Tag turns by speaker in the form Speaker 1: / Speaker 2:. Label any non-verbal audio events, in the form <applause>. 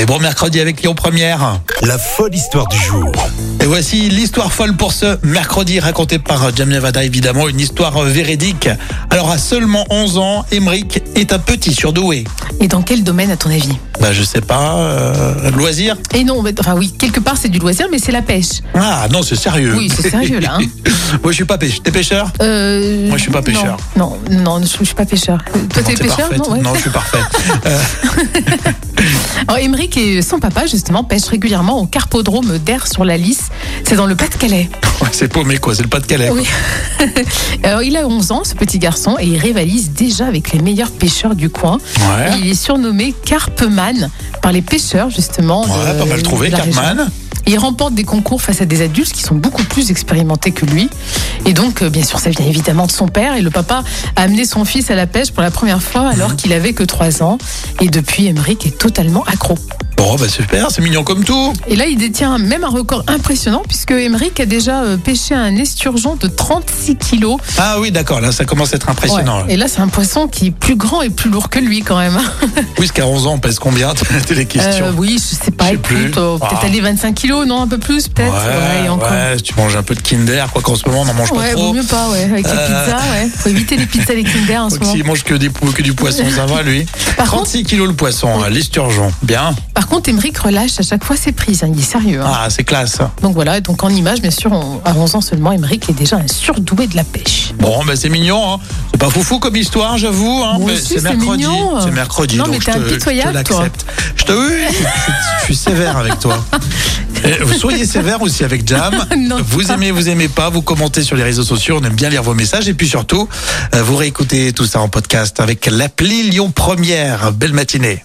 Speaker 1: Et bon mercredi avec Lyon Première.
Speaker 2: La folle histoire du jour.
Speaker 1: Et voici l'histoire folle pour ce mercredi racontée par Jamia Vada évidemment, une histoire véridique. Alors à seulement 11 ans, Emeric est un petit surdoué.
Speaker 3: Et dans quel domaine, à ton avis
Speaker 1: Bah je sais pas, euh, loisir
Speaker 3: Et non, mais- enfin oui, quelque part c'est du loisir, mais c'est la pêche.
Speaker 1: Ah non c'est sérieux.
Speaker 3: Oui, c'est sérieux, là, hein.
Speaker 1: <laughs> Moi je suis pas pêcheur. T'es pêcheur
Speaker 3: Euh,
Speaker 1: Moi, je suis pas
Speaker 3: non,
Speaker 1: pêcheur.
Speaker 3: Non, non, je, je suis pas pêcheur. Euh, Toi,
Speaker 1: Non,
Speaker 3: t'es
Speaker 1: t'es
Speaker 3: pêcheur
Speaker 1: parfaite.
Speaker 3: Non, ouais.
Speaker 1: je suis
Speaker 3: <laughs>
Speaker 1: parfait.
Speaker 3: Alors, Émeric et son papa, justement, pêchent régulièrement au carpodrome d'Air sur la Lys. C'est dans le Pas-de-Calais.
Speaker 1: Ouais, c'est paumé quoi, c'est le Pas-de-Calais.
Speaker 3: Oui. Alors, il a 11 ans, ce petit garçon, et il rivalise déjà avec les meilleurs pêcheurs du coin.
Speaker 1: Ouais.
Speaker 3: Et Il est surnommé Carpeman par les pêcheurs, justement.
Speaker 1: Ouais,
Speaker 3: de-
Speaker 1: pas mal trouvé,
Speaker 3: de Euh, la région.
Speaker 1: Cartman.
Speaker 3: Il remporte des concours face à des adultes qui sont beaucoup plus expérimentés que lui. Et donc, euh, bien sûr, ça vient évidemment de son père. Et le papa a amené son fils à la pêche pour la première fois alors qu'il avait que 3 ans. Et depuis, Emmerich est totalement accro.
Speaker 1: Bon bah super, c'est mignon comme tout.
Speaker 3: Et là, il détient même un record impressionnant puisque Emmerich a déjà euh, pêché un esturgeon de 36 kilos.
Speaker 1: Ah oui d'accord, là ça commence à être
Speaker 3: Ouais.
Speaker 1: impressionnant. là.
Speaker 3: Et là, c'est un poisson qui est plus grand et plus lourd que lui quand même.
Speaker 1: Oui, qu'à 11 ans on pèse combien <laughs> T'es les questions.
Speaker 3: Euh, oui, je sais
Speaker 1: Je
Speaker 3: pas,
Speaker 1: sais plus.
Speaker 3: écoute, euh, peut-être
Speaker 1: Ah.
Speaker 3: aller 25 kilos, non, un peu plus peut-être. Ouais, et encore.
Speaker 1: ouais, si tu manges un peu de Kinder, quoi qu'en ce moment on n'en mange pas
Speaker 3: Ouais, vaut
Speaker 1: trop.
Speaker 3: mieux pas, ouais. Avec les
Speaker 1: Euh.
Speaker 3: pizzas, ouais. Faut éviter les pizzas, les Kinder en ce
Speaker 1: Donc
Speaker 3: moment.
Speaker 1: s'il mange que, des pou- que du poisson, ça va lui.
Speaker 3: <laughs> Par
Speaker 1: 36 kilos le poisson, euh, l'esturgeon. Bien.
Speaker 3: Par contre, Emmerich relâche à chaque fois ses prises. hein, Il est sérieux. hein.
Speaker 1: Ah, c'est classe.
Speaker 3: Donc voilà, donc en image, bien sûr, on- à 11 ans seulement, Emmerich est déjà un surdoué de la pêche.
Speaker 1: Bon, ben c'est mignon. Hein. C'est pas foufou comme histoire, j'avoue. Hein,
Speaker 3: Moi
Speaker 1: mais c'est
Speaker 3: aussi, c'est
Speaker 1: mercredi.
Speaker 3: mignon.
Speaker 1: C'est mercredi.
Speaker 3: Non,
Speaker 1: donc
Speaker 3: mais
Speaker 1: je
Speaker 3: t'es
Speaker 1: te-
Speaker 3: impitoyable,
Speaker 1: Je te l'accepte. Je te. Oui, je, je- je suis sévère avec
Speaker 3: <laughs>
Speaker 1: toi. Eh, vous soyez sévère aussi avec Jam.
Speaker 3: Non.
Speaker 1: vous aimez, vous aimez pas. Vous commentez sur les réseaux sociaux. On aime bien lire vos messages. Et puis surtout, euh, vous réécoutez tout ça en podcast avec l'appli Lyon Première. Belle matinée.